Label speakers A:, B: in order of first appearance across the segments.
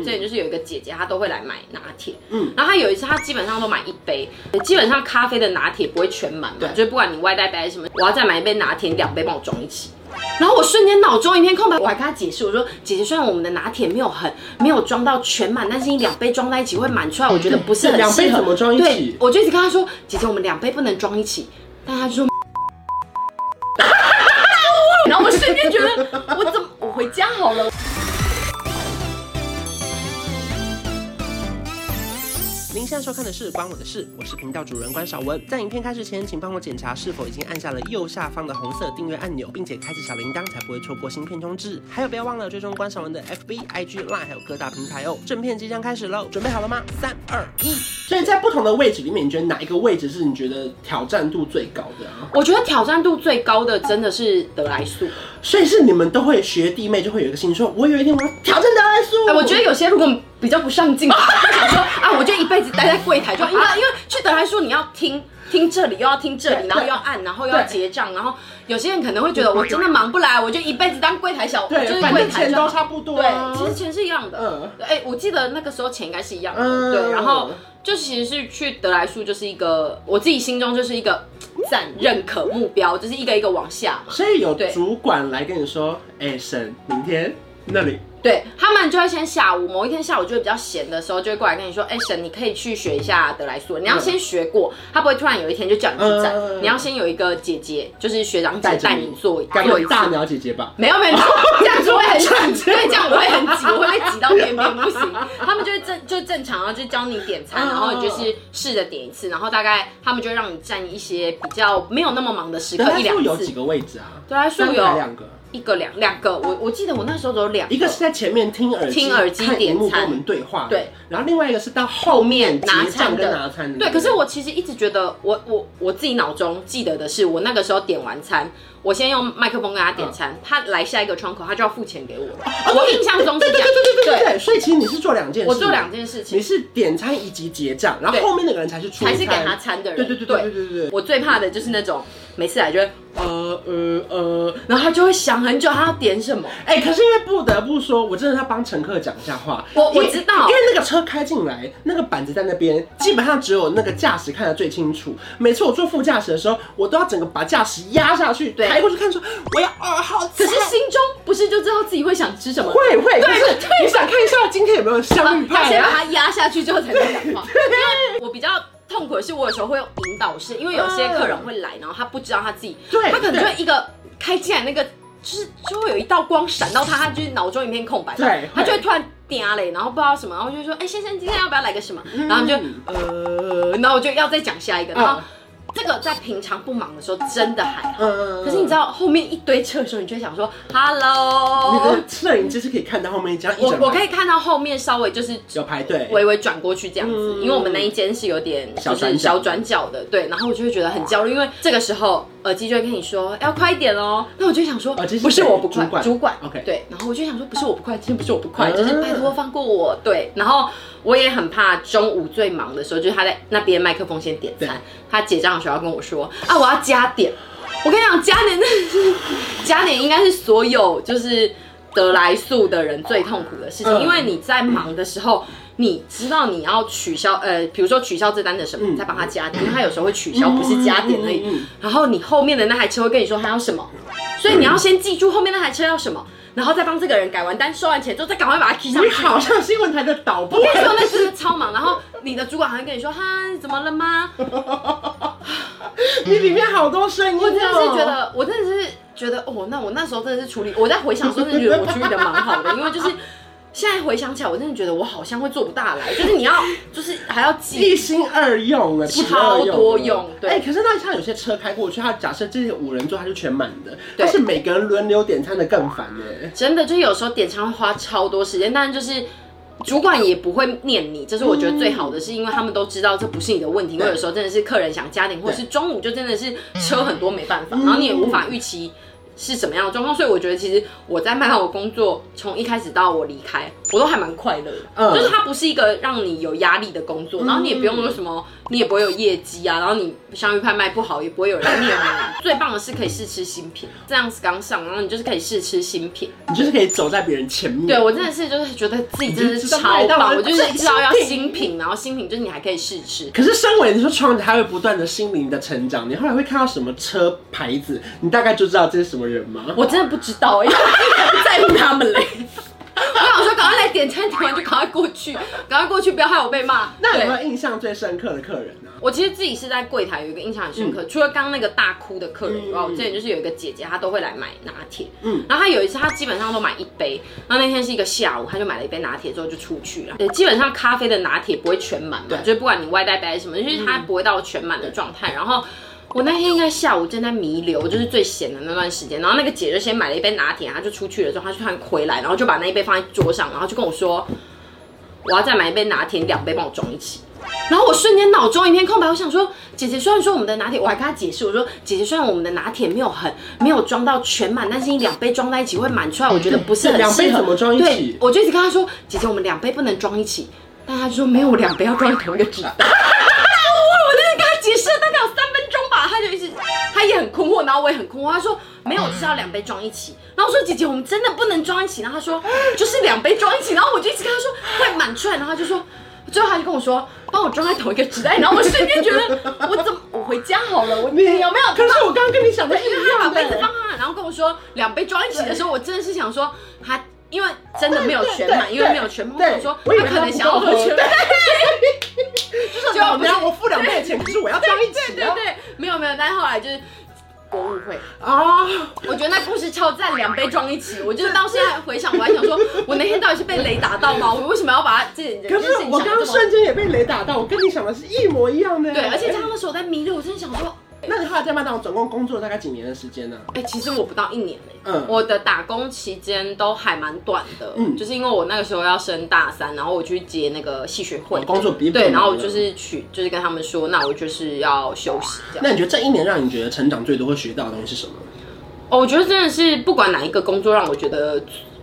A: 之前就是有一个姐姐，她都会来买拿铁，嗯，然后她有一次，她基本上都买一杯，基本上咖啡的拿铁不会全满嘛，
B: 对
A: 就是不管你外带杯还是什么，我要再买一杯拿铁，你两杯帮我装一起。然后我瞬间脑中一片空白，我还跟她解释，我说姐姐，虽然我们的拿铁没有很没有装到全满，但是你两杯装在一起会满出来，我觉得不是很
B: 对两杯
A: 适合
B: 怎么装一起
A: 对我就一直跟她说，姐姐，我们两杯不能装一起，但她就 说。 然后我瞬间觉得，我怎么我回家好了？
B: 您现在收看的是《关我的事》，我是频道主人关少文。在影片开始前，请帮我检查是否已经按下了右下方的红色订阅按钮，并且开启小铃铛，才不会错过新片通知。还有，不要忘了追踪关少文的 FB、IG、Line，还有各大平台哦。正片即将开始喽，准备好了吗？三、二、一。所以在不同的位置里面，你觉得哪一个位置是你觉得挑战度最高的啊？
A: 我觉得挑战度最高的真的是得来速。
B: 所以是你们都会学弟妹就会有一个心说，我有一天我要挑战德莱素。
A: 哎，我觉得有些如果比较不上 进的，就想说啊，我就一辈子待在柜台就好，因为因为去得来速你要听。听这里又要听这里，
B: 对
A: 然后又要按，然后又要
B: 对
A: 结账，然后有些人可能会觉得我真的忙不来，我就一辈子当柜台小，
B: 对
A: 就是
B: 反
A: 柜
B: 正
A: 台
B: 钱
A: 就好
B: 都差不多
A: 对
B: 啊，
A: 其实钱是一样的
B: 嗯。
A: 哎，我记得那个时候钱应该是一样的，
B: 嗯
A: 对。然后就其实是去得来速，就是一个我自己心中就是一个赞认可目标，就是一个一个往下嘛。
B: 所以有
A: 对
B: 主管来跟你说，哎、沈，明天那里
A: 对他们就会先下午某一天下午就会比较闲的时候，就会过来跟你说，哎、神，你可以去学一下德莱素，你要先学过，他不会突然有一天就叫你去站，
B: 嗯
A: 你要先有一个姐姐，就是学长姐带你做
B: 该不
A: 做一
B: 会
A: 次。
B: 大鸟姐姐吧？
A: 没有没有，这样子我会很挤，
B: 这样
A: 对，这样我会很挤，我会被挤到边边 不行。他们就会正就正常啊，就教你点餐，
B: 嗯
A: 然后你就是试着点一次，然后大概他们就会让你站一些比较没有那么忙的时
B: 德
A: 刻
B: 莱
A: 一
B: 素有
A: 两
B: 几
A: 次。
B: 个位置啊？
A: 德莱素
B: 三个还
A: 啊有
B: 两个，
A: 一个两两个，我我记得我那时候只有两
B: 一个是在前面听耳机
A: 听耳机
B: 看荧幕
A: 点餐
B: 跟我们对话，
A: 对，
B: 然后另外一个是到后面
A: 拿
B: 结
A: 餐
B: 账
A: 的
B: 跟拿餐的，
A: 对，可是我其实一直觉得我，我我自己脑中记得的是，我那个时候点完餐，我先用麦克风跟他点餐，他来下一个窗口，他就要付钱给我了。我印象中是
B: 对
A: 这
B: 对
A: 样，
B: 对对对对
A: 对
B: 对，所以其实你是做两件事，
A: 我做两，件事
B: 你
A: 情，
B: 是点餐以及结账，然后
A: 对
B: 后面那个人才是出
A: 才是给
B: 餐
A: 他餐的人。
B: 对对对对对对对对，
A: 我最怕的就是那种每次来就会，
B: 呃呃呃，
A: 然后他就会想很久，他要点什么。
B: 哎、可是因为不得不说，我真的要帮乘客讲一下话。
A: 我
B: 因为
A: 我知道
B: 因为那个车开进来，那个板子在那边，基本上只有那个驾驶看得最清楚。每次我坐副驾驶的时候，我都要整个把驾驶压下去，
A: 对
B: 抬过去看说我要二号
A: 可
B: 菜。
A: 是心中不是就知道自己会想吃什么？
B: 会会，
A: 对
B: 可是你想看一下今天有没有香芋
A: 他
B: 派
A: 先把
B: 啊？
A: 它压下去之后才能讲 话。因为我比较痛苦的是，我有时候会用引导式，因为有些客人会来，然后他不知道他自己，
B: 对
A: 他可能就会一个开进来那个，就是就会有一道光闪到他，他就是脑中一片空白，
B: 对
A: 他就会突然。嗲嘞，然后不知道什么，然后就说：“哎、先生，今天要不要来个什么？”
B: 嗯
A: 然后就呃，然后我就要再讲下一个。然后、这个在平常不忙的时候真的还好，
B: 嗯
A: 可是你知道后面一堆车的时候，你就会想说：“Hello，
B: 你的摄影机是可以看到后面这样一
A: 哦我
B: 整
A: 我
B: 排
A: 可以看到后面稍微就是
B: 有排队，
A: 微微转过去这样子，
B: 嗯
A: 因为我们那一间是有点就
B: 小转
A: 是
B: 角
A: 小转角的，对，然后我就会觉得很焦虑，因为这个时候耳机就会跟你说要快一点哦，那我就想说
B: 耳机是
A: 不是
B: 谁
A: 我不快
B: 主，管
A: 主管
B: OK
A: 对，然后我就想说不是我不快，真的不是我不快，
B: 嗯
A: 就是拜托放过我，对，然后我也很怕中午最忙的时候，就是他在那边麦克风先点
B: 对
A: 餐，他结账的时候要跟我说啊我要加点，我跟你讲加点加点应该是所有就是得来速的人最痛苦的事情，
B: 嗯
A: 因为你在忙的时候，你知道你要取消，呃，比如说取消这单的什么，你再帮他加点，因为他有时候会取消，不是加点而已
B: 嗯嗯嗯嗯嗯。
A: 然后你后面的那台车会跟你说他要什么，所以你要先记住后面那台车要什么，然后再帮这个人改完单、收完钱之后，再赶快把它提上
B: 你
A: 去。
B: 好像新闻台的导播
A: 我。跟你说，那真的超忙。然后你的主管还会跟你说：“哈，怎么了吗？”
B: 你里面好多声音、哦，
A: 我真的是觉得，我真的是觉得，哦，那我那时候真的是处理，我在回想说，真的觉得我处理的蛮好的，因为就是现在回想起来，我真的觉得我好像会做不大来，就是你要，就是还要
B: 一
A: 记，
B: 心二用哎，不止
A: 超
B: 二用
A: 多用对
B: 哎、可是那像有些车开过去，它假设这是五人座，它是全满的，
A: 对
B: 但是每个人轮流点餐的更烦哎。
A: 真的就是有时候点餐会花超多时间，但是就是。主管也不会念你，这是我觉得最好的，是因为他们都知道这不是你的问题。因为有时候真的是客人想加点，或者是中午就真的是车很多没办法，然后你也无法预期是什么样的状况。所以我觉得其实我在麦当劳工作，从一开始到我离开，我都还蛮快乐的。
B: 嗯
A: 就是它不是一个让你有压力的工作，然后你也不用有什么你也不会有业绩啊，然后你香芋派卖不好，也不会有人念你。最棒的是可以试吃新品，这样子刚上，然后你就是可以试吃新品。
B: 你就是可以走在别人前面。
A: 对我真的是就是觉得自己真的是超棒，我就是知道要新品，然后新品就是你还可以试吃。
B: 可是身为你说创，他会不断的心灵的成长，你后来会看到什么车牌子，你大概就知道这是什么人吗？
A: 我真的不知道，因为我不在乎他们嘞。我想说，赶快来点餐，点完就赶快过去，赶快过去，不要害我被骂。
B: 那有
A: 对
B: 没有印象最深刻的客人啊呢、
A: 我其实自己是在柜台有一个印象很深刻，除了刚刚那个大哭的客人以外，
B: 嗯
A: 我之前就是有一个姐姐，她都会来买拿铁。
B: 嗯
A: 嗯，然后她有一次，她基本上都买一杯，然后那天是一个下午，她就买了一杯拿铁之后就出去了。对，基本上咖啡的拿铁不会全满嘛
B: 对，嗯
A: 就是不管你外带杯还是什么，就是它不会到全满的状态。然后。我那天应该下午正在弥留，就是最闲的那段时间。然后那个姐就先买了一杯拿铁，她就出去了之后，她就突然回来，然后就把那一杯放在桌上，然后就跟我说：“我要再买一杯拿铁，你两杯帮我装一起。”然后我瞬间脑中一片空白，我想说，姐姐虽然说我们的拿铁，我还跟她解释，我说姐姐虽然我们的拿铁没有很没有装到全满，但是你两杯装在一起会满出来，我觉得不是很
B: 两杯
A: 适合
B: 怎么装一起
A: 对我就一直跟她说，姐姐我们两杯不能装一起，但她就说没有，我两杯要装在同一个纸袋。然后我我就是跟她解释了大概有三分钟吧，她就一直她也很困惑，然后我也很困惑，她说没有，就是要两杯装一起。然后我说姐姐我们真的不能装一起，然后她说就是两杯装一起，然后我就一直跟她说会满出来，然后她就说。最后他就跟我说，帮我装在同一个纸袋，然后我瞬间觉得，我怎么我回家好了，我你有没有？
B: 可是我刚刚跟你想的是
A: 因
B: 一
A: 为他把
B: 样
A: 杯子
B: 的。
A: 放上，然后跟我说两杯装一起的时候，我真的是想说他，因为真的没有全满，
B: 对对对
A: 因为没有全满，我
B: 对
A: 想说
B: 我以为
A: 他可能想要
B: 他不够
A: 喝
B: 喝
A: 全
B: 对
A: 满，
B: 就是
A: 结果
B: 老
A: 不是
B: 娘我付两倍的钱，可是我要装一起
A: 对对
B: 啊。
A: 对，没有没有，但是后来就是。我误会，
B: 啊，
A: 我觉得那故事超赞，两杯装一 起。我就是到现在回想，我还想说，我那天到底是被雷打到吗？我为什么要把它这这
B: 可
A: 件
B: 是
A: 事情
B: 我
A: 想
B: 刚
A: 得这么
B: 刚瞬间也被雷打到，我跟你想的是一模一样的。
A: 对？而且加上那时候我在迷路，我真的想说，
B: 那你后来在麦当劳总共工作大概几年的时间呢？啊
A: 哎、其实我不到一年嘞、
B: 嗯
A: 我的打工期间都还蛮短的，
B: 嗯
A: 就是因为我那个时候要升大三，然后我去接那个戏学会
B: 哦工作比本
A: 对，
B: 来
A: 然后我
B: 了
A: 就是去，就是跟他们说，那我就是要休息这样。
B: 那你觉得这一年让你觉得成长最多会学到的东西是什么？
A: 哦，我觉得真的是不管哪一个工作，让我觉得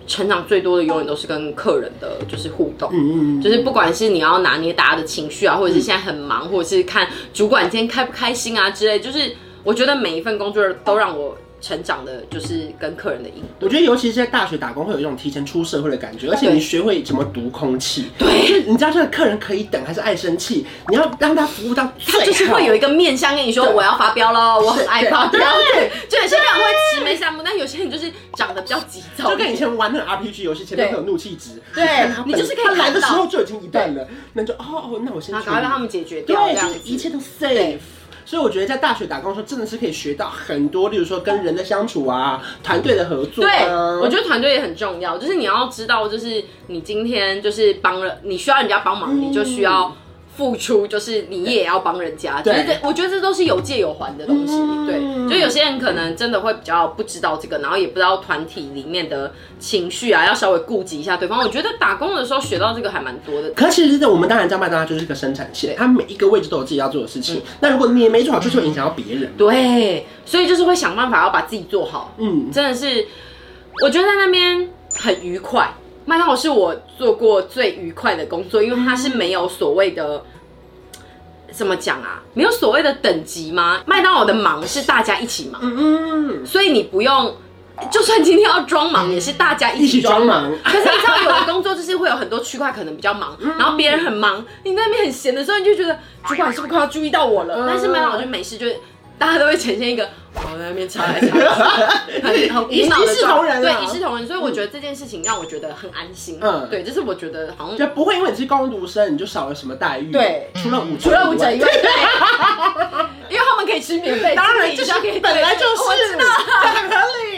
A: 成长最多的，永远都是跟客人的就是互动。
B: 嗯嗯，
A: 就是不管是你要拿捏大家的情绪啊，或者是现在很忙，或者是看主管今天开不开心啊之类，就是我觉得每一份工作都让我成长的，就是跟客人的应
B: 我觉得尤其是在大学打工，会有一种提前出社会的感觉，而且你学会怎么读空气。
A: 对
B: 就是你知道这个客人可以等还是爱生气，你要让他服务到最
A: 他
B: 好。
A: 就是会有一个面向跟你说
B: 对
A: 我要发飙喽，我很爱发飙。
B: 对
A: 对， 就有些人会慈眉善目，但有些人就是长得比较急躁。
B: 就跟以前玩那个 RPG 游戏，前面会有怒气值，
A: 对
B: 看他
A: 你就是可以
B: 他来的
A: 看
B: 时
A: 到
B: 候就已经一半了，那你就哦哦，那我先
A: 然后
B: 处
A: 赶快
B: 理
A: 让他们解决掉，这
B: 对，
A: 样
B: 就是
A: 子
B: 一切都 safe。所以我觉得在大学打工的时候，真的是可以学到很多，例如说跟人的相处啊，团队的合作、啊。
A: 对，我觉得团队也很重要，就是你要知道，就是你今天就是帮了，你需要人家帮
B: 嗯
A: 忙，你就需要付出，就是你也要帮人家。
B: 对
A: 就是这我觉得这都是有借有还的东西。
B: 嗯
A: 对，就有些人可能真的会比较不知道这个，然后也不知道团体里面的情绪啊，要稍微顾及一下对方。我觉得打工的时候学到这个还蛮多的。
B: 可其实我们当然知道麦当劳就是一个生产线，它每一个位置都有自己要做的事
A: 嗯
B: 情。那如果你也没做好，就是会影响到别人。
A: 对，所以就是会想办法要把自己做好。
B: 嗯，
A: 真的是，我觉得在那边很愉快。麦当劳是我做过最愉快的工作，因为它是没有所谓的。怎么讲啊？没有所谓的等级吗？麦当劳的忙是大家一起忙，
B: 嗯，
A: 所以你不用，就算今天要装忙，也是大家一
B: 一
A: 起
B: 起装
A: 装忙。
B: 忙。
A: 可是你知道，有的工作就是会有很多区块可能比较忙，
B: 嗯
A: 然后别人很忙，你在那边很闲的时候，你就觉得主管是不是快要注意到我
B: 嗯
A: 了？但是麦当劳就没事，就是大家都会呈现一个我在那边查来查去，很很无脑
B: 一
A: 的
B: 视同仁啊
A: 状态对，一视同仁。所以我觉得这件事情让我觉得很安心。
B: 嗯
A: 嗯，对，就是我觉得好像
B: 就不会因为你是工读生，你就少了什么待遇。
A: 对
B: 除了五
A: 除
B: 折，
A: 了五 折以外，对，因为他们可以吃免费，
B: 当然
A: 吃
B: 这
A: 免
B: 是
A: 费可以
B: 本来就是，
A: 我知道
B: 很合理。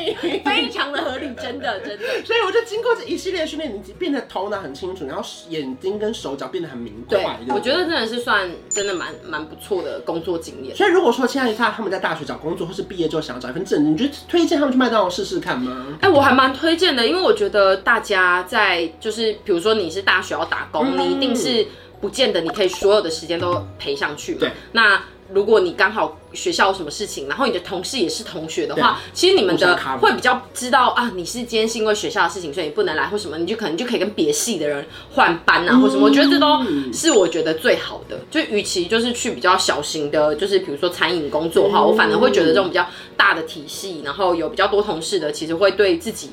A: 非常的合理，真的真的。
B: 所以我就经过这一系列训练，你变得头脑很清楚，然后眼睛跟手脚变得很明
A: 对
B: 快。，
A: 我觉得
B: 得。
A: 真的是算真的蛮蛮不错的工作经验。
B: 所以如果说现在他他们在大学找工作，或是毕业之后想要找一份正职，你觉得推荐他们去麦当劳试试看吗？
A: 哎、我还蛮推荐的，因为我觉得大家在就是，比如说你是大学要打工，
B: 嗯
A: 你一定是不见得你可以所有的时间都赔上去嘛
B: 对。
A: 那如果你刚好学校有什么事情，然后你的同事也是同学的话，其实你们
B: 互
A: 的
B: 相 cover
A: 会比较知道啊，你是今天是因为学校的事情，所以你不能来或什么，你就可能就可以跟别系的人换班啊，或什么。我觉得这都
B: 嗯
A: 是我觉得最好的。就与其就是去比较小型的，就是比如说餐饮工作的
B: 嗯
A: 话，我反而会觉得这种比较大的体系，然后有比较多同事的，其实会对自己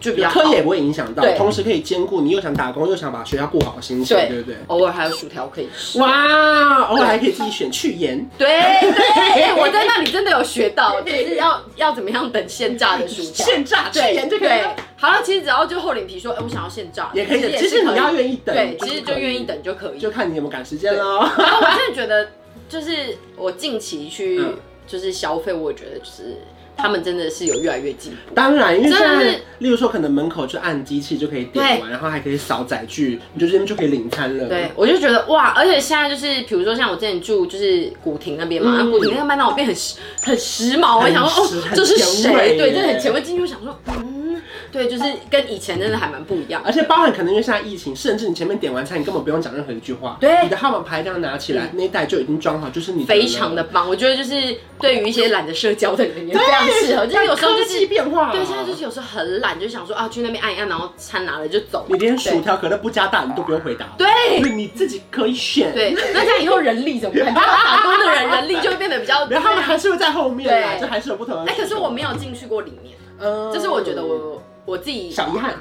A: 就比较好
B: 课业也不会影响到，
A: 对
B: 同时可以兼顾你又想打工又想把学校顾好的心情，
A: 对
B: 对不对？
A: 偶尔还有薯条可以吃。
B: 哇，偶尔还可以自己选去盐，
A: 对对， 我在那里真的有学到，就是要要怎么样等现炸的薯条。
B: 现榨去盐就可以
A: 对
B: 了，，
A: 好了，其实只要就厚脸皮说，哎、我想要现炸，
B: 也可以的。其
A: 也
B: 实
A: 是可
B: 你
A: 以
B: 要愿意等，
A: 对，其实就愿意
B: 等。
A: 等就可以。
B: 就看你有没有赶时间喽。
A: 然后啊我真的觉得，就是我近期去
B: 嗯
A: 就是消费，我觉得就是他们真的是有越来越进步。
B: 当然，因为现
A: 真的
B: 在
A: 是，
B: 例如说，可能门口就按机器就可以点完，然后还可以扫载具，你就这边就可以领餐了。
A: 对，，我就觉得哇，而且现在就是，比如说像我之前住就是古亭那边嘛，啊
B: 嗯
A: 古亭那个麦当劳变很时很时髦，我
B: 很
A: 想说
B: 时
A: 哦，
B: 很
A: 这是
B: 前卫
A: 谁？对，
B: 耶
A: 这很前卫。进去我想说，嗯，对，就是跟以前真的还蛮不一样。
B: 而且包含可能因为现在疫情，甚至你前面点完餐，你根本不用讲任何一句话，
A: 对嗯
B: 你的号码牌这样拿起来，那一袋就已经装好，就是你
A: 非常的
B: 的
A: 棒，我觉得就是对于一些懒得社交的人也非常适合，就是有时候就
B: 科技
A: 是
B: 变化，
A: 对，现在就是有时候很懒，就想说啊，去那边按一按，然后餐拿了就走。
B: 你连薯
A: 对
B: 条、可乐不加大，你都不用回答，，
A: 对
B: 你自己可以选。，
A: 对，那这样以后人力怎么办？他打工的人人力就会变得比较。
B: 然后他们还是会在后面啦，
A: 对
B: 就还是有不同的需
A: 哎，
B: 求。
A: 可是我没有进去过里面，
B: 嗯，
A: 这是我觉得我我自己
B: 小遗憾，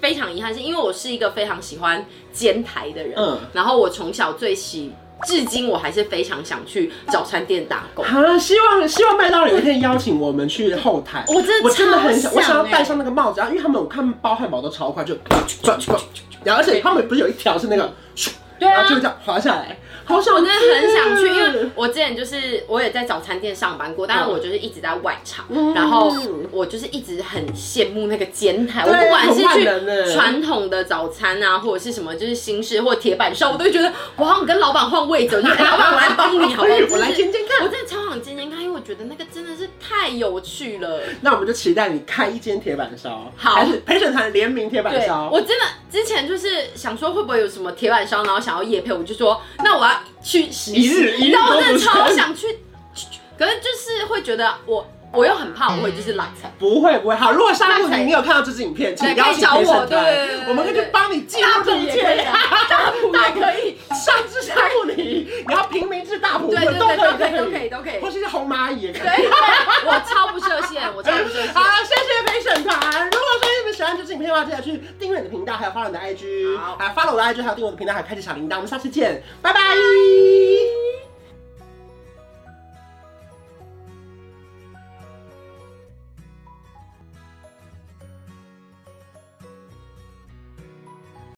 A: 非常遗憾，是因为我是一个非常喜欢煎台的人，
B: 嗯
A: 然后我从小最喜，至今我还是非常想去早餐店打工。
B: 啊，希望希望麦当劳有一天邀请我们去后台。
A: 我真的
B: 我真的很想，
A: 超
B: 我想要
A: 欸
B: 戴上那个帽子，然后因为他们我看他们包汉堡都超快，就转转，然后而且他们不是有一条是那个，
A: 对啊
B: 然后就这样滑下来，好想，
A: 我真的很想去，因为我之前就是我也在早餐店上班过，但是我就是一直在外场，
B: 嗯
A: 然后我就是一直很羡慕那个煎台，我
B: 对
A: 不管是
B: 很万能欸
A: 去传统的早餐啊，或者是什么就是新式或铁板烧，我都会觉得我好想跟老板换位置，我就哎老板我来帮你好 不好？
B: 哎我来煎煎看
A: 我真的超想煎煎看，因为我觉得那个真的是太有趣了。
B: 那我们就期待你开一间铁板烧，
A: 好
B: 还是陪审团联名铁板
A: 对，
B: 烧，
A: 我真的之前就是想说会不会有什么铁板烧，然后想要夜配，我就说那我要去实
B: 一日一日
A: 你知道我真的
B: 都不
A: 超
B: 成
A: 想去，可是就是会觉得我我又很怕我会就是懒散。
B: 不会不会，好，如果沙
A: 那
B: 鹿
A: 可以
B: 你你有看到这支影片，请
A: 对
B: 邀
A: 可以
B: 请
A: 找
B: 陪审
A: 我对对对
B: 团，
A: 对
B: 我们可以去
A: 对
B: 帮你记录这一切。
A: 啊，大埔也可以，
B: 上至沙鹿泥，然后平民至大埔，
A: 对对
B: 都
A: 对，都
B: 可
A: 可以都可
B: 以
A: 以。都可以
B: 或。是是红蚂蚁也可以。
A: 对，对我超不设限，我超不设限。
B: 好，谢谢陪审团。如果说你们喜欢这支影片的话，记得去订阅你的频道，还有 follow 你的 IG，
A: 好
B: 还有 follow 我的 IG，还有订阅我的频道，还有开启小铃铛。我们下次见，拜拜